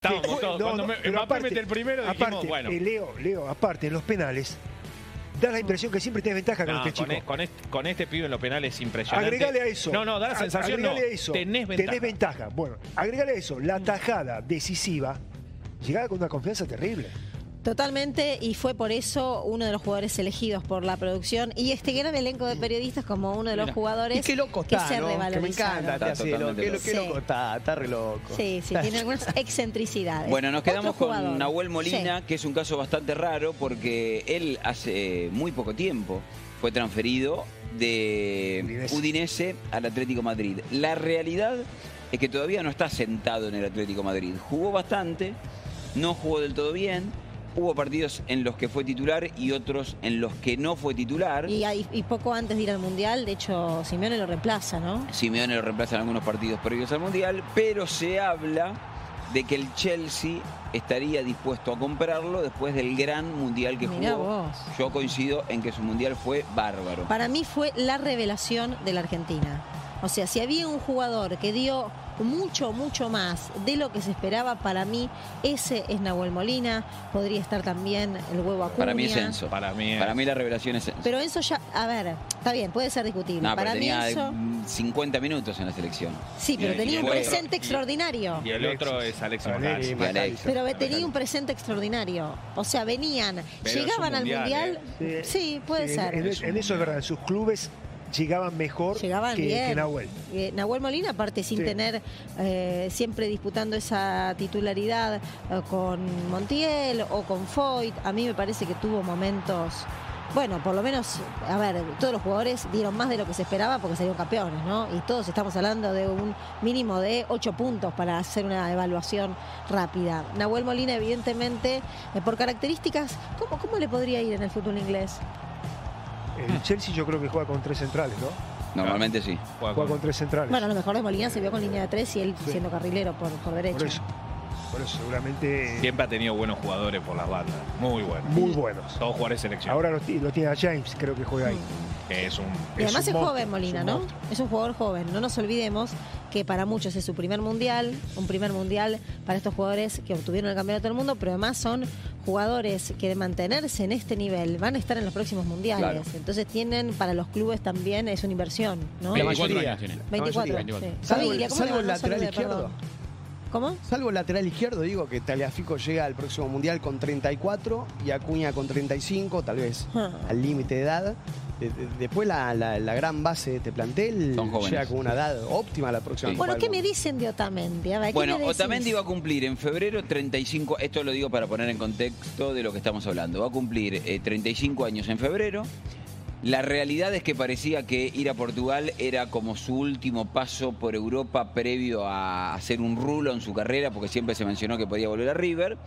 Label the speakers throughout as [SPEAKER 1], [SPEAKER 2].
[SPEAKER 1] Estábamos todos.
[SPEAKER 2] No,
[SPEAKER 1] Cuando
[SPEAKER 2] no,
[SPEAKER 1] me-
[SPEAKER 2] pero
[SPEAKER 1] Mbappé
[SPEAKER 2] aparte-
[SPEAKER 1] mete el primero, dijimos,
[SPEAKER 2] aparte,
[SPEAKER 1] bueno.
[SPEAKER 2] eh, Leo, Leo, aparte, en los penales, da la impresión que siempre tenés ventaja con
[SPEAKER 1] No,
[SPEAKER 2] este
[SPEAKER 1] con,
[SPEAKER 2] chico.
[SPEAKER 1] e- con este, con este pibe en los penales es impresionante.
[SPEAKER 2] Agregale a eso.
[SPEAKER 1] No, no, da la
[SPEAKER 2] A-
[SPEAKER 1] sensación no.
[SPEAKER 2] agregale A eso.
[SPEAKER 1] Tenés ventaja.
[SPEAKER 2] ventaja. Bueno, agregale a eso, la tajada decisiva, llegaba con una confianza terrible.
[SPEAKER 3] Totalmente, y fue por eso uno de los jugadores elegidos por la producción y este gran elenco de periodistas como uno de los
[SPEAKER 1] Mira,
[SPEAKER 3] jugadores
[SPEAKER 4] Y qué loco está,
[SPEAKER 3] que se
[SPEAKER 4] ¿no? Que me
[SPEAKER 3] revalorizaron.
[SPEAKER 4] encanta, te
[SPEAKER 5] Está
[SPEAKER 4] hace lo-
[SPEAKER 5] totalmente
[SPEAKER 4] qué, lo-
[SPEAKER 5] loco.
[SPEAKER 4] qué loco
[SPEAKER 3] Sí.
[SPEAKER 4] está, está re loco.
[SPEAKER 3] Sí, sí, tiene algunas excentricidades.
[SPEAKER 5] Bueno, nos quedamos
[SPEAKER 3] Otro
[SPEAKER 5] con
[SPEAKER 3] jugador.
[SPEAKER 5] Nahuel Molina,
[SPEAKER 3] Sí.
[SPEAKER 5] que es un caso bastante raro porque él hace muy poco tiempo fue transferido de
[SPEAKER 2] Udinese.
[SPEAKER 5] Udinese, al Atlético Madrid. La realidad es que todavía no está sentado en el Atlético Madrid. Jugó bastante, no jugó del todo bien. Hubo partidos en los que fue titular y otros en los que no fue titular.
[SPEAKER 3] Y, ahí- y poco antes de ir al Mundial, de hecho, Simeone lo reemplaza, ¿no?
[SPEAKER 5] Simeone lo reemplaza en algunos partidos previos al Mundial, pero se habla de que el Chelsea estaría dispuesto a comprarlo después del gran Mundial que
[SPEAKER 3] Mirá
[SPEAKER 5] jugó.
[SPEAKER 3] vos.
[SPEAKER 5] Yo coincido en que su Mundial fue bárbaro.
[SPEAKER 3] Para mí fue la revelación de la Argentina. O sea, si había un jugador que dio mucho, mucho más de lo que se esperaba, para mí ese es Nahuel Molina. Podría estar también el huevo Acuña.
[SPEAKER 5] Para mí es Enzo.
[SPEAKER 1] Para mí es-
[SPEAKER 5] Para mí la revelación es Enzo.
[SPEAKER 3] Pero Enzo ya, a ver, está bien, puede ser discutible.
[SPEAKER 5] No, pero
[SPEAKER 3] para mí
[SPEAKER 5] tenía
[SPEAKER 3] Enzo,
[SPEAKER 5] mm, 50 minutos en la selección.
[SPEAKER 3] sí, pero
[SPEAKER 1] y-
[SPEAKER 3] tenía
[SPEAKER 5] y
[SPEAKER 3] un
[SPEAKER 5] el otro,
[SPEAKER 3] presente
[SPEAKER 1] y-
[SPEAKER 3] extraordinario.
[SPEAKER 1] Y el otro es Alexis Morales.
[SPEAKER 2] Alexis.
[SPEAKER 5] Y Alexis.
[SPEAKER 3] Pero tenía un presente extraordinario. O sea, venían,
[SPEAKER 1] Pero
[SPEAKER 3] llegaban
[SPEAKER 1] es
[SPEAKER 3] al
[SPEAKER 1] un mundial, ¿eh?
[SPEAKER 3] mundial. Sí, puede
[SPEAKER 2] en,
[SPEAKER 3] ser.
[SPEAKER 2] En, en eso es verdad, en sus clubes llegaban mejor
[SPEAKER 3] Llegaban
[SPEAKER 2] que,
[SPEAKER 3] bien.
[SPEAKER 2] que Nahuel.
[SPEAKER 3] Eh, Nahuel Molina, aparte sin
[SPEAKER 2] Sí.
[SPEAKER 3] tener eh, siempre disputando esa titularidad eh, con Montiel o con Foyt, a mí me parece que tuvo momentos. Bueno, por lo menos, a ver, todos los jugadores dieron más de lo que se esperaba porque salieron campeones, ¿no? Y todos estamos hablando de un mínimo de ocho puntos para hacer una evaluación rápida. Nahuel Molina, evidentemente, eh, por características, ¿cómo, ¿cómo le podría ir en el fútbol inglés?
[SPEAKER 2] El Chelsea yo creo que juega con tres centrales, ¿no?
[SPEAKER 5] Normalmente sí.
[SPEAKER 1] Juega
[SPEAKER 2] Juega
[SPEAKER 1] con-
[SPEAKER 2] con tres centrales.
[SPEAKER 3] Bueno, a lo mejor de Molina se vio con línea de tres y él
[SPEAKER 2] Sí.
[SPEAKER 3] siendo carrilero por, por derecho.
[SPEAKER 2] por eso. Por eso seguramente eh,
[SPEAKER 1] Siempre ha tenido buenos jugadores por las bandas. Muy buenos.
[SPEAKER 2] muy buenos.
[SPEAKER 1] Todos jugadores de selección.
[SPEAKER 2] Ahora lo, ti- lo tiene a James, creo que juega ahí.
[SPEAKER 3] Mm.
[SPEAKER 1] que es un.
[SPEAKER 3] Y
[SPEAKER 2] Es un
[SPEAKER 3] además es
[SPEAKER 2] monstruo,
[SPEAKER 3] joven Molina,
[SPEAKER 2] es un
[SPEAKER 3] ¿no?
[SPEAKER 2] monstruo.
[SPEAKER 3] Es un jugador joven. No nos olvidemos que para muchos es su primer mundial, un primer mundial para estos jugadores que obtuvieron el campeonato del mundo, pero además son jugadores que de mantenerse en este nivel van a estar en los próximos mundiales.
[SPEAKER 5] Claro.
[SPEAKER 3] Entonces tienen para los clubes también es una inversión, ¿no?
[SPEAKER 4] La
[SPEAKER 6] 24
[SPEAKER 4] mayoría.
[SPEAKER 6] años tiene.
[SPEAKER 3] 24.
[SPEAKER 6] 24.
[SPEAKER 3] sí.
[SPEAKER 4] Salvo,
[SPEAKER 3] Familia, ¿cómo le
[SPEAKER 4] salvo el
[SPEAKER 3] mandó
[SPEAKER 4] lateral
[SPEAKER 3] saludos?
[SPEAKER 4] izquierdo.
[SPEAKER 3] Perdón. ¿Cómo?
[SPEAKER 4] Salvo el lateral izquierdo, digo que Taliafico llega al próximo mundial con 34 y Acuña con 35, tal vez
[SPEAKER 3] Ah.
[SPEAKER 4] al límite de edad. De- de- después la, la- la gran base de este plantel
[SPEAKER 5] Son jóvenes.
[SPEAKER 4] llega con una edad óptima a la próxima.
[SPEAKER 5] Sí.
[SPEAKER 4] Copa
[SPEAKER 3] Bueno,
[SPEAKER 4] del
[SPEAKER 3] ¿qué me
[SPEAKER 4] Mundo.
[SPEAKER 3] dicen de Otamendi? A ver, ¿qué
[SPEAKER 5] Bueno,
[SPEAKER 3] me decís?
[SPEAKER 5] Otamendi va a cumplir en febrero 35, esto lo digo para poner en contexto de lo que estamos hablando, va a cumplir eh, 35 años en febrero. La realidad es que parecía que ir a Portugal era como su último paso por Europa previo a hacer un rulo en su carrera, porque siempre se mencionó que podía volver a River,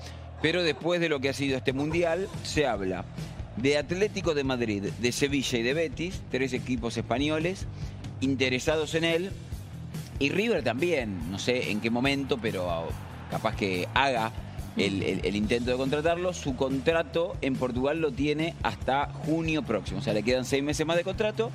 [SPEAKER 5] pero después de lo que ha sido este Mundial, se habla de Atlético de Madrid, de Sevilla y de Betis, tres equipos españoles interesados en él, y River también, no sé en qué momento, pero capaz que haga el, el- el intento de contratarlo. Su contrato en Portugal lo tiene hasta junio próximo. O sea, le quedan seis meses más de contrato.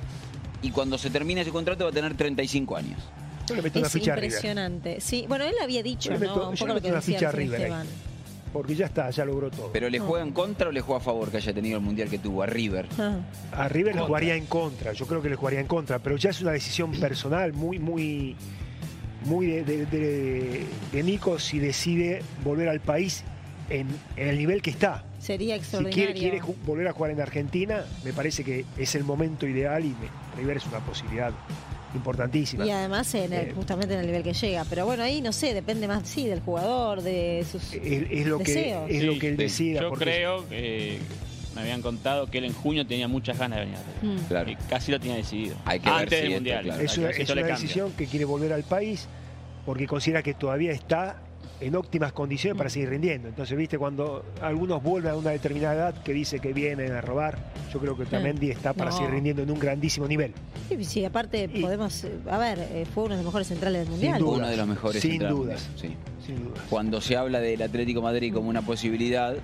[SPEAKER 5] Y cuando se termine su contrato va a tener 35 años.
[SPEAKER 2] Yo le meto una
[SPEAKER 3] Es
[SPEAKER 2] ficha a River.
[SPEAKER 3] impresionante. Sí, bueno, él había dicho,
[SPEAKER 2] Yo le meto-
[SPEAKER 3] ¿no? Un
[SPEAKER 2] yo
[SPEAKER 3] poco
[SPEAKER 2] le
[SPEAKER 3] lo que
[SPEAKER 2] meto una
[SPEAKER 3] decía
[SPEAKER 2] ficha a
[SPEAKER 3] recién
[SPEAKER 2] River eh. ahí.
[SPEAKER 3] Esteban.
[SPEAKER 2] Porque ya está, ya logró todo.
[SPEAKER 5] Pero ¿le
[SPEAKER 3] Ah.
[SPEAKER 5] juega en contra o le juega a favor que haya tenido el mundial que tuvo a River?
[SPEAKER 3] Ah.
[SPEAKER 2] A River le
[SPEAKER 1] Contra.
[SPEAKER 2] jugaría en contra, yo creo que le jugaría en contra, pero ya es una decisión personal muy, muy, muy de, de, de- de Nico si decide volver al país en, en el nivel que está.
[SPEAKER 3] Sería
[SPEAKER 2] Si
[SPEAKER 3] extraordinario.
[SPEAKER 2] quiere, quiere ju- volver a jugar en Argentina, me parece que es el momento ideal y me- River es una posibilidad importantísima.
[SPEAKER 3] y además en el-
[SPEAKER 2] Eh,
[SPEAKER 3] justamente en el nivel que llega. Pero bueno, ahí no sé, depende más, sí, del jugador, de sus...
[SPEAKER 2] Es, es lo que,
[SPEAKER 3] Deseo.
[SPEAKER 2] es
[SPEAKER 6] Sí,
[SPEAKER 2] lo que él
[SPEAKER 5] sí.
[SPEAKER 2] decida.
[SPEAKER 6] Yo
[SPEAKER 2] porque-
[SPEAKER 6] creo que me habían contado que él en junio tenía muchas ganas de venir. a
[SPEAKER 2] eh,
[SPEAKER 6] River.
[SPEAKER 3] Mm.
[SPEAKER 5] Claro.
[SPEAKER 6] Y casi lo tenía decidido.
[SPEAKER 5] Hay que ver
[SPEAKER 6] Antes
[SPEAKER 5] si
[SPEAKER 6] del
[SPEAKER 5] esto,
[SPEAKER 6] Mundial.
[SPEAKER 5] claro.
[SPEAKER 6] Hay
[SPEAKER 2] Es
[SPEAKER 6] que
[SPEAKER 2] una,
[SPEAKER 6] ver si
[SPEAKER 2] es
[SPEAKER 6] esto le
[SPEAKER 2] una
[SPEAKER 6] cambia.
[SPEAKER 2] decisión que quiere volver al país porque considera que todavía está en óptimas condiciones
[SPEAKER 3] Mm.
[SPEAKER 2] para seguir rindiendo. Entonces, viste, cuando algunos vuelven a una determinada edad que dice que vienen a robar, yo creo que Tamendi está para
[SPEAKER 3] Mm. No.
[SPEAKER 2] seguir rindiendo en un grandísimo nivel.
[SPEAKER 3] Sí, sí, aparte
[SPEAKER 2] Y-
[SPEAKER 3] podemos... eh, A ver, eh, fue uno de los mejores centrales del
[SPEAKER 2] Sin
[SPEAKER 3] Mundial.
[SPEAKER 2] dudas,
[SPEAKER 5] Uno de los mejores.
[SPEAKER 2] sin
[SPEAKER 5] centrales
[SPEAKER 2] dudas.
[SPEAKER 5] mundiales, sí.
[SPEAKER 2] Sin duda.
[SPEAKER 5] cuando se habla del Atlético de Madrid como una posibilidad,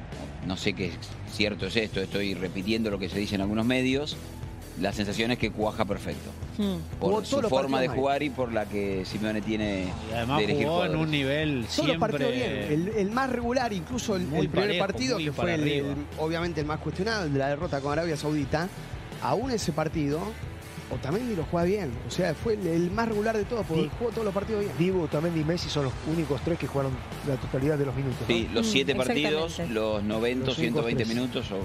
[SPEAKER 5] no sé qué cierto es esto, estoy repitiendo lo que se dice en algunos medios, la sensación es que cuaja perfecto.
[SPEAKER 3] Mm.
[SPEAKER 4] Jugó
[SPEAKER 5] Por
[SPEAKER 4] todos
[SPEAKER 5] su
[SPEAKER 4] los
[SPEAKER 5] forma de
[SPEAKER 4] partidos mal.
[SPEAKER 5] jugar y por la que Simeone tiene
[SPEAKER 7] Y además
[SPEAKER 5] de elegir
[SPEAKER 7] jugó en
[SPEAKER 5] jugadores.
[SPEAKER 7] un nivel
[SPEAKER 4] Todos los partidos bien.
[SPEAKER 7] siempre...
[SPEAKER 4] El, el más regular, incluso el,
[SPEAKER 7] Muy
[SPEAKER 4] el primer
[SPEAKER 7] parejo,
[SPEAKER 4] partido,
[SPEAKER 7] muy
[SPEAKER 4] que
[SPEAKER 7] para
[SPEAKER 4] fue el-
[SPEAKER 7] arriba.
[SPEAKER 4] el- obviamente el más cuestionado, el de la derrota con Arabia Saudita, aún ese partido, Otamendi lo juega bien. O sea, fue el, el más regular de todos, porque
[SPEAKER 2] Sí.
[SPEAKER 4] jugó todos los partidos bien.
[SPEAKER 2] Divo, también y Messi son los únicos tres que jugaron la totalidad de los minutos. ¿no?
[SPEAKER 5] Sí, los
[SPEAKER 3] Mm,
[SPEAKER 5] siete partidos,
[SPEAKER 3] exactamente.
[SPEAKER 5] los 90,
[SPEAKER 2] Los cinco,
[SPEAKER 5] 120
[SPEAKER 2] tres.
[SPEAKER 5] minutos son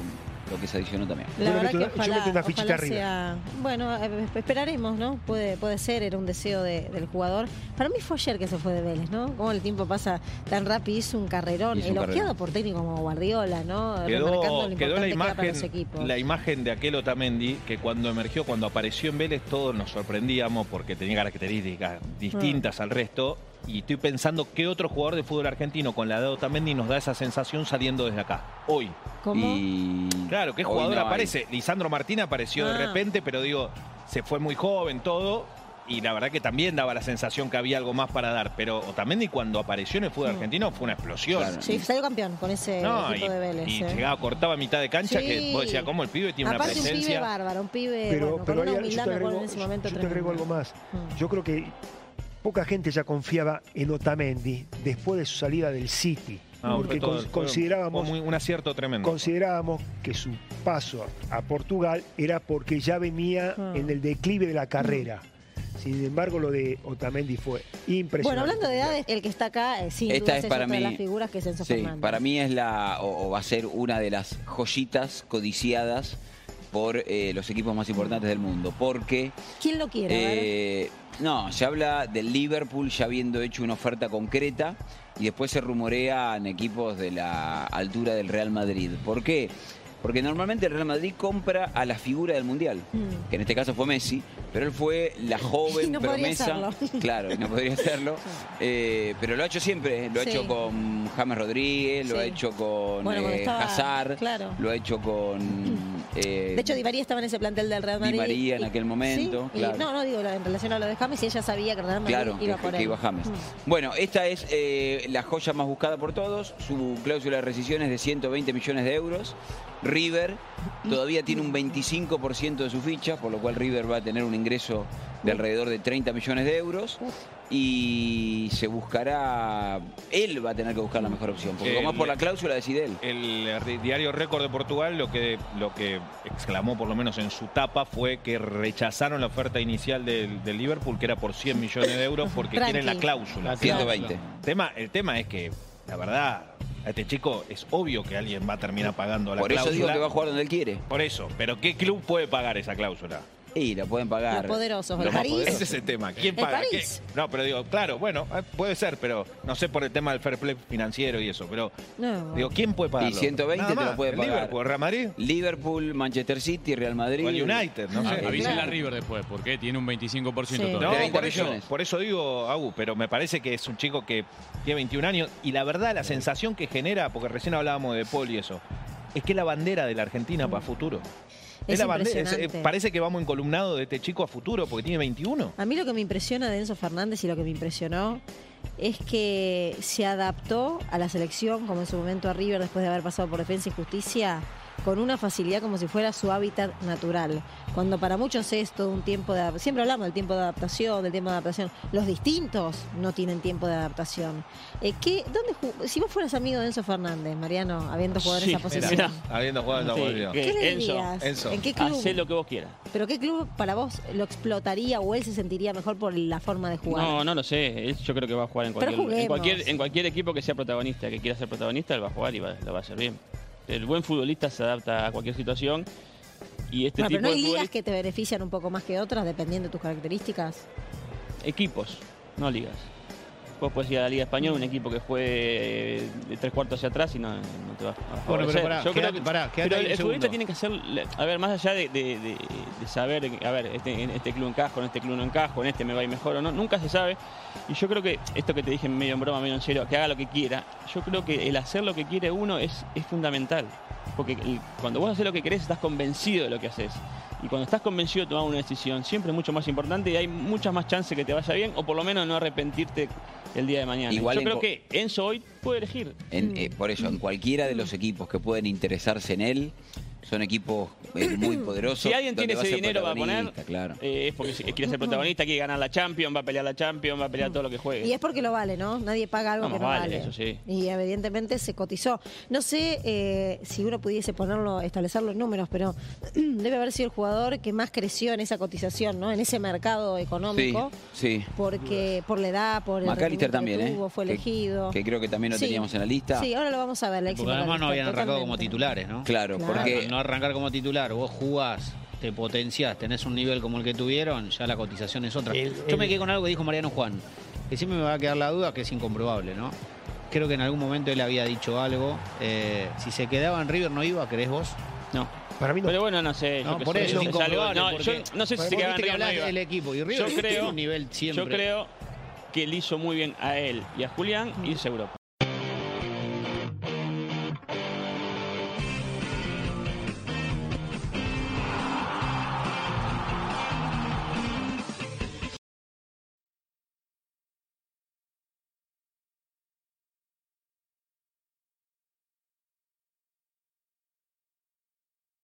[SPEAKER 5] lo que se adicionó también.
[SPEAKER 2] Yo le
[SPEAKER 3] La verdad
[SPEAKER 2] meto
[SPEAKER 3] que
[SPEAKER 2] una- yo meto
[SPEAKER 3] ojalá,
[SPEAKER 2] una fichita
[SPEAKER 3] ojalá
[SPEAKER 2] arriba.
[SPEAKER 3] sea. Bueno, eh, esperaremos, ¿no? Puede, puede ser, era un deseo de- del jugador. Para mí fue ayer que se fue de Vélez, ¿no? Cómo el tiempo pasa tan rápido, hizo un carrerón,
[SPEAKER 5] Hizo un
[SPEAKER 3] elogiado
[SPEAKER 5] carrerón.
[SPEAKER 3] por técnicos como Guardiola, ¿no? Remarcando
[SPEAKER 1] Quedó,
[SPEAKER 3] lo
[SPEAKER 1] quedó la
[SPEAKER 3] importante que era para
[SPEAKER 1] imagen,
[SPEAKER 3] los equipos.
[SPEAKER 1] la imagen de aquel Otamendi que cuando emergió, cuando apareció en Vélez, todos nos sorprendíamos porque tenía características distintas
[SPEAKER 3] Ah.
[SPEAKER 1] al resto. Y estoy pensando qué otro jugador de fútbol argentino con la edad de Otamendi nos da esa sensación saliendo desde acá, hoy.
[SPEAKER 3] ¿Cómo?
[SPEAKER 5] Y
[SPEAKER 1] Claro, ¿qué
[SPEAKER 5] hoy
[SPEAKER 1] jugador
[SPEAKER 5] no hay.
[SPEAKER 1] aparece? Lisandro Martín apareció
[SPEAKER 3] Ah.
[SPEAKER 1] de repente, pero digo, se fue muy joven todo. Y la verdad que también daba la sensación que había algo más para dar. Pero Otamendi cuando apareció en el fútbol
[SPEAKER 3] Mm.
[SPEAKER 1] argentino fue una explosión.
[SPEAKER 5] Claro.
[SPEAKER 3] Sí, salió campeón con ese
[SPEAKER 1] No, y,
[SPEAKER 3] equipo de Vélez.
[SPEAKER 1] y
[SPEAKER 3] eh.
[SPEAKER 1] llegaba, cortaba a mitad de cancha
[SPEAKER 3] Sí.
[SPEAKER 1] que vos decías, ¿cómo el pibe tiene
[SPEAKER 3] Aparte,
[SPEAKER 1] una
[SPEAKER 3] un pibe
[SPEAKER 1] presencia?
[SPEAKER 3] bárbaro, un pibe
[SPEAKER 2] Pero,
[SPEAKER 3] Eh, bueno,
[SPEAKER 2] pero
[SPEAKER 3] con una
[SPEAKER 2] ahí yo
[SPEAKER 3] humildad,
[SPEAKER 2] te
[SPEAKER 3] me acuerdo
[SPEAKER 2] agrego,
[SPEAKER 3] en ese momento.
[SPEAKER 2] yo te agrego algo
[SPEAKER 3] tremenda.
[SPEAKER 2] más.
[SPEAKER 3] Mm.
[SPEAKER 2] Yo creo que poca gente ya confiaba en Otamendi después de su salida del City.
[SPEAKER 1] No,
[SPEAKER 2] porque
[SPEAKER 1] fue todo-
[SPEAKER 2] con-
[SPEAKER 1] fue-
[SPEAKER 2] considerábamos,
[SPEAKER 1] fue muy- un acierto tremendo.
[SPEAKER 2] considerábamos que su paso a Portugal era porque ya venía
[SPEAKER 3] Ah.
[SPEAKER 2] en el declive de la carrera. Sin embargo, lo de Otamendi fue impresionante.
[SPEAKER 3] Bueno, hablando de edades, el que está acá, eh, sin
[SPEAKER 5] Esta
[SPEAKER 3] duda
[SPEAKER 5] es
[SPEAKER 3] es
[SPEAKER 5] para
[SPEAKER 3] otra de
[SPEAKER 5] mí-
[SPEAKER 3] las figuras que es Enzo
[SPEAKER 5] Sí,
[SPEAKER 3] Fernández.
[SPEAKER 5] para mí es la, o, o va a ser una de las joyitas codiciadas por eh, los equipos más importantes del mundo. Porque
[SPEAKER 3] ¿Quién lo quiere? A ver.
[SPEAKER 5] Eh, no, se habla del Liverpool ya habiendo hecho una oferta concreta y después se rumorean equipos de la altura del Real Madrid. ¿Por qué? Porque normalmente el Real Madrid compra a la figura del Mundial,
[SPEAKER 3] Mm.
[SPEAKER 5] que en este caso fue Messi, pero él fue la joven
[SPEAKER 3] no podría
[SPEAKER 5] promesa.
[SPEAKER 3] hacerlo.
[SPEAKER 5] Claro, no podría hacerlo. Eh, pero lo ha hecho siempre, lo
[SPEAKER 3] Sí.
[SPEAKER 5] ha hecho con James Rodríguez, lo
[SPEAKER 3] Sí.
[SPEAKER 5] ha hecho con
[SPEAKER 3] Bueno, cuando
[SPEAKER 5] eh,
[SPEAKER 3] estaba-
[SPEAKER 5] Hazard,
[SPEAKER 3] claro.
[SPEAKER 5] lo ha hecho con... eh,
[SPEAKER 3] De hecho, Di María estaba en ese plantel del Real
[SPEAKER 5] Di
[SPEAKER 3] Madrid.
[SPEAKER 5] María en
[SPEAKER 3] y-
[SPEAKER 5] aquel momento,
[SPEAKER 3] sí, y-
[SPEAKER 5] claro.
[SPEAKER 3] no, no digo la- en relación a lo de James, y ella sabía que el Real Madrid
[SPEAKER 5] Claro,
[SPEAKER 3] iba
[SPEAKER 5] que,
[SPEAKER 3] por
[SPEAKER 5] que
[SPEAKER 3] él.
[SPEAKER 5] iba James.
[SPEAKER 3] Mm.
[SPEAKER 5] Bueno, esta es eh, la joya más buscada por todos. Su cláusula de rescisión es de 120 millones de euros. River todavía tiene un 25% de su ficha, por lo cual River va a tener un ingreso de alrededor de 30 millones de euros. Y se buscará, él va a tener que buscar la mejor opción, porque
[SPEAKER 1] El-
[SPEAKER 5] como es por la cláusula decide él.
[SPEAKER 1] El re- diario Récord de Portugal lo que, lo que exclamó, por lo menos en su tapa, fue que rechazaron la oferta inicial del, del Liverpool, que era por 100 millones de euros, porque
[SPEAKER 3] Tranqui.
[SPEAKER 1] quieren la cláusula.
[SPEAKER 7] La
[SPEAKER 1] El
[SPEAKER 5] 120.
[SPEAKER 1] tema, el tema es que, la verdad, a este chico es obvio que alguien va a terminar pagando la
[SPEAKER 5] Por eso
[SPEAKER 1] cláusula.
[SPEAKER 5] digo que va a jugar donde él quiere.
[SPEAKER 1] Por eso, pero ¿qué club puede pagar esa cláusula?
[SPEAKER 5] Y la pueden pagar.
[SPEAKER 3] Los poderosos, el
[SPEAKER 5] Los más
[SPEAKER 3] París.
[SPEAKER 5] poderosos.
[SPEAKER 1] Ese es el tema. ¿Quién
[SPEAKER 3] ¿El
[SPEAKER 1] paga?
[SPEAKER 3] París?
[SPEAKER 1] ¿Qué? No, pero digo, claro, bueno, eh, puede ser, pero no sé por el tema del fair play financiero y eso, pero
[SPEAKER 3] No,
[SPEAKER 1] digo, ¿quién puede pagar?
[SPEAKER 5] Y 120 te lo puede pagar.
[SPEAKER 1] Liverpool, Real Madrid
[SPEAKER 5] Liverpool, Manchester City, Real Madrid.
[SPEAKER 1] o el United, no
[SPEAKER 7] Ah,
[SPEAKER 1] sé.
[SPEAKER 7] avísenle
[SPEAKER 3] Claro.
[SPEAKER 7] a River después, porque tiene un 25%
[SPEAKER 3] Sí.
[SPEAKER 7] todavía.
[SPEAKER 1] No,
[SPEAKER 5] 30
[SPEAKER 1] por eso,
[SPEAKER 5] millones.
[SPEAKER 1] por eso digo, Agu, pero me parece que es un chico que tiene 21 años y la verdad la sensación que genera, porque recién hablábamos de Paul y eso, es que es la bandera de la Argentina para futuro.
[SPEAKER 3] es
[SPEAKER 1] la bandera, es-
[SPEAKER 3] impresionante.
[SPEAKER 1] eh, parece que vamos encolumnados de este chico a futuro porque tiene 21.
[SPEAKER 3] A mí lo que me impresiona de Enzo Fernández y lo que me impresionó es que se adaptó a la selección, como en su momento a River, después de haber pasado por Defensa y Justicia, con una facilidad como si fuera su hábitat natural. Cuando para muchos es todo un tiempo de adap- Siempre hablamos del tiempo de adaptación, del tiempo de adaptación. Los distintos no tienen tiempo de adaptación. Eh, ¿qué- dónde ju- si vos fueras amigo de Enzo Fernández, Mariano, habiendo jugado en
[SPEAKER 6] Sí,
[SPEAKER 3] esa
[SPEAKER 6] mira.
[SPEAKER 3] posición,
[SPEAKER 1] Habiendo jugado en la
[SPEAKER 6] Sí,
[SPEAKER 1] Bundesliga.
[SPEAKER 6] que
[SPEAKER 3] ¿qué le
[SPEAKER 6] Enzo,
[SPEAKER 3] dirías?
[SPEAKER 1] Enzo.
[SPEAKER 3] ¿En qué club?
[SPEAKER 6] Hacé lo que vos quieras.
[SPEAKER 3] ¿Pero qué club para vos lo explotaría o él se sentiría mejor por la forma de jugar?
[SPEAKER 6] No, no lo sé. Él, yo creo que va a jugar en
[SPEAKER 3] Pero
[SPEAKER 6] cualquier, en
[SPEAKER 3] juguemos.
[SPEAKER 6] cualquier en cualquier equipo que sea protagonista, que quiera ser protagonista, él va a jugar y va, lo va a hacer bien. El buen futbolista se adapta a cualquier situación y este
[SPEAKER 3] Bueno,
[SPEAKER 6] tipo
[SPEAKER 3] pero no
[SPEAKER 6] de
[SPEAKER 3] hay ligas
[SPEAKER 6] futbolistas-
[SPEAKER 3] que te benefician un poco más que otras dependiendo de tus características.
[SPEAKER 6] equipos, no ligas. Vos podés ir a la Liga Española, un equipo que juegue eh, de tres cuartos hacia atrás y no, no te va a
[SPEAKER 7] Bueno, pero
[SPEAKER 6] favorecer.
[SPEAKER 7] pará,
[SPEAKER 6] Yo
[SPEAKER 7] quédate-
[SPEAKER 6] creo que-
[SPEAKER 7] pará, quédate
[SPEAKER 6] pero
[SPEAKER 7] ahí
[SPEAKER 6] el,
[SPEAKER 7] un
[SPEAKER 6] futbolista
[SPEAKER 7] segundo.
[SPEAKER 6] tiene que hacer, la- a ver, más allá de, de- de- de saber, de que, a ver, este, en este club encajo, en este club no encajo, en este me va a ir mejor o no, nunca se sabe. Y yo creo que esto que te dije medio en broma, medio en serio, que haga lo que quiera, yo creo que el hacer lo que quiere uno es, es fundamental. Porque el- cuando vos haces lo que querés, estás convencido de lo que haces. Y cuando estás convencido de tomar una decisión, siempre es mucho más importante y hay muchas más chances que te vaya bien o por lo menos no arrepentirte el día de mañana.
[SPEAKER 5] Igual
[SPEAKER 6] Yo
[SPEAKER 5] en
[SPEAKER 6] creo
[SPEAKER 5] co-
[SPEAKER 6] que Enzo hoy puede elegir.
[SPEAKER 3] Mm.
[SPEAKER 5] En- eh, por eso, en cualquiera de los equipos que pueden interesarse en él, Son equipos eh, muy poderosos.
[SPEAKER 6] Si alguien
[SPEAKER 5] donde
[SPEAKER 6] tiene
[SPEAKER 5] va a
[SPEAKER 6] ese
[SPEAKER 5] ser
[SPEAKER 6] dinero para poner,
[SPEAKER 5] protagonista, Claro.
[SPEAKER 6] eh, es porque si- quiere ser protagonista, quiere ganar la Champions, va a pelear la Champions, va a pelear todo lo que juegue.
[SPEAKER 3] Y es porque lo vale, ¿no? Nadie paga algo
[SPEAKER 6] No,
[SPEAKER 3] que
[SPEAKER 6] más
[SPEAKER 3] no
[SPEAKER 6] vale,
[SPEAKER 3] vale.
[SPEAKER 6] eso sí.
[SPEAKER 3] Y evidentemente se cotizó. No sé eh, si uno pudiese ponerlo, establecer los números, pero debe haber sido el jugador que más creció en esa cotización, ¿no? En ese mercado
[SPEAKER 5] Sí,
[SPEAKER 3] económico.
[SPEAKER 5] sí.
[SPEAKER 3] Porque por la edad, por el rendimiento
[SPEAKER 5] McAllister también,
[SPEAKER 3] que
[SPEAKER 5] ¿eh?
[SPEAKER 3] tuvo, fue
[SPEAKER 5] Que-
[SPEAKER 3] elegido.
[SPEAKER 5] Que, creo que también lo
[SPEAKER 3] Sí.
[SPEAKER 5] teníamos en la lista.
[SPEAKER 3] Sí, ahora lo vamos a ver, Alexis
[SPEAKER 8] Porque además no
[SPEAKER 3] McAllister,
[SPEAKER 8] habían arrancado como
[SPEAKER 3] totalmente.
[SPEAKER 8] titulares, ¿no?
[SPEAKER 5] Claro,
[SPEAKER 3] Claro.
[SPEAKER 5] porque
[SPEAKER 8] Al no arrancar como titular, vos jugás, te potenciás, tenés un nivel como el que tuvieron, ya la cotización es otra.
[SPEAKER 2] El-
[SPEAKER 8] Yo me
[SPEAKER 2] el-
[SPEAKER 8] quedé con algo que dijo Mariano Juan, que siempre me va a quedar la duda, que es incomprobable, ¿no? Creo que en algún momento él había dicho algo. eh, si se quedaba en River, ¿no iba, ¿crees vos?
[SPEAKER 6] No.
[SPEAKER 2] Para mí no.
[SPEAKER 6] Pero bueno, no sé.
[SPEAKER 8] No,
[SPEAKER 6] qué
[SPEAKER 8] por
[SPEAKER 6] sé,
[SPEAKER 8] eso
[SPEAKER 6] es
[SPEAKER 8] es
[SPEAKER 6] algo-
[SPEAKER 8] incomprobable.
[SPEAKER 6] no, yo
[SPEAKER 8] porque-
[SPEAKER 6] no sé si
[SPEAKER 8] porque
[SPEAKER 6] se
[SPEAKER 8] vos
[SPEAKER 6] queda en
[SPEAKER 8] viste que
[SPEAKER 6] River o no
[SPEAKER 8] hablás
[SPEAKER 6] iba.
[SPEAKER 8] del equipo y River
[SPEAKER 6] Yo
[SPEAKER 8] tiene
[SPEAKER 6] creo-
[SPEAKER 8] un nivel siempre.
[SPEAKER 6] Yo creo que le hizo muy bien a él y a Julián irse a Europa.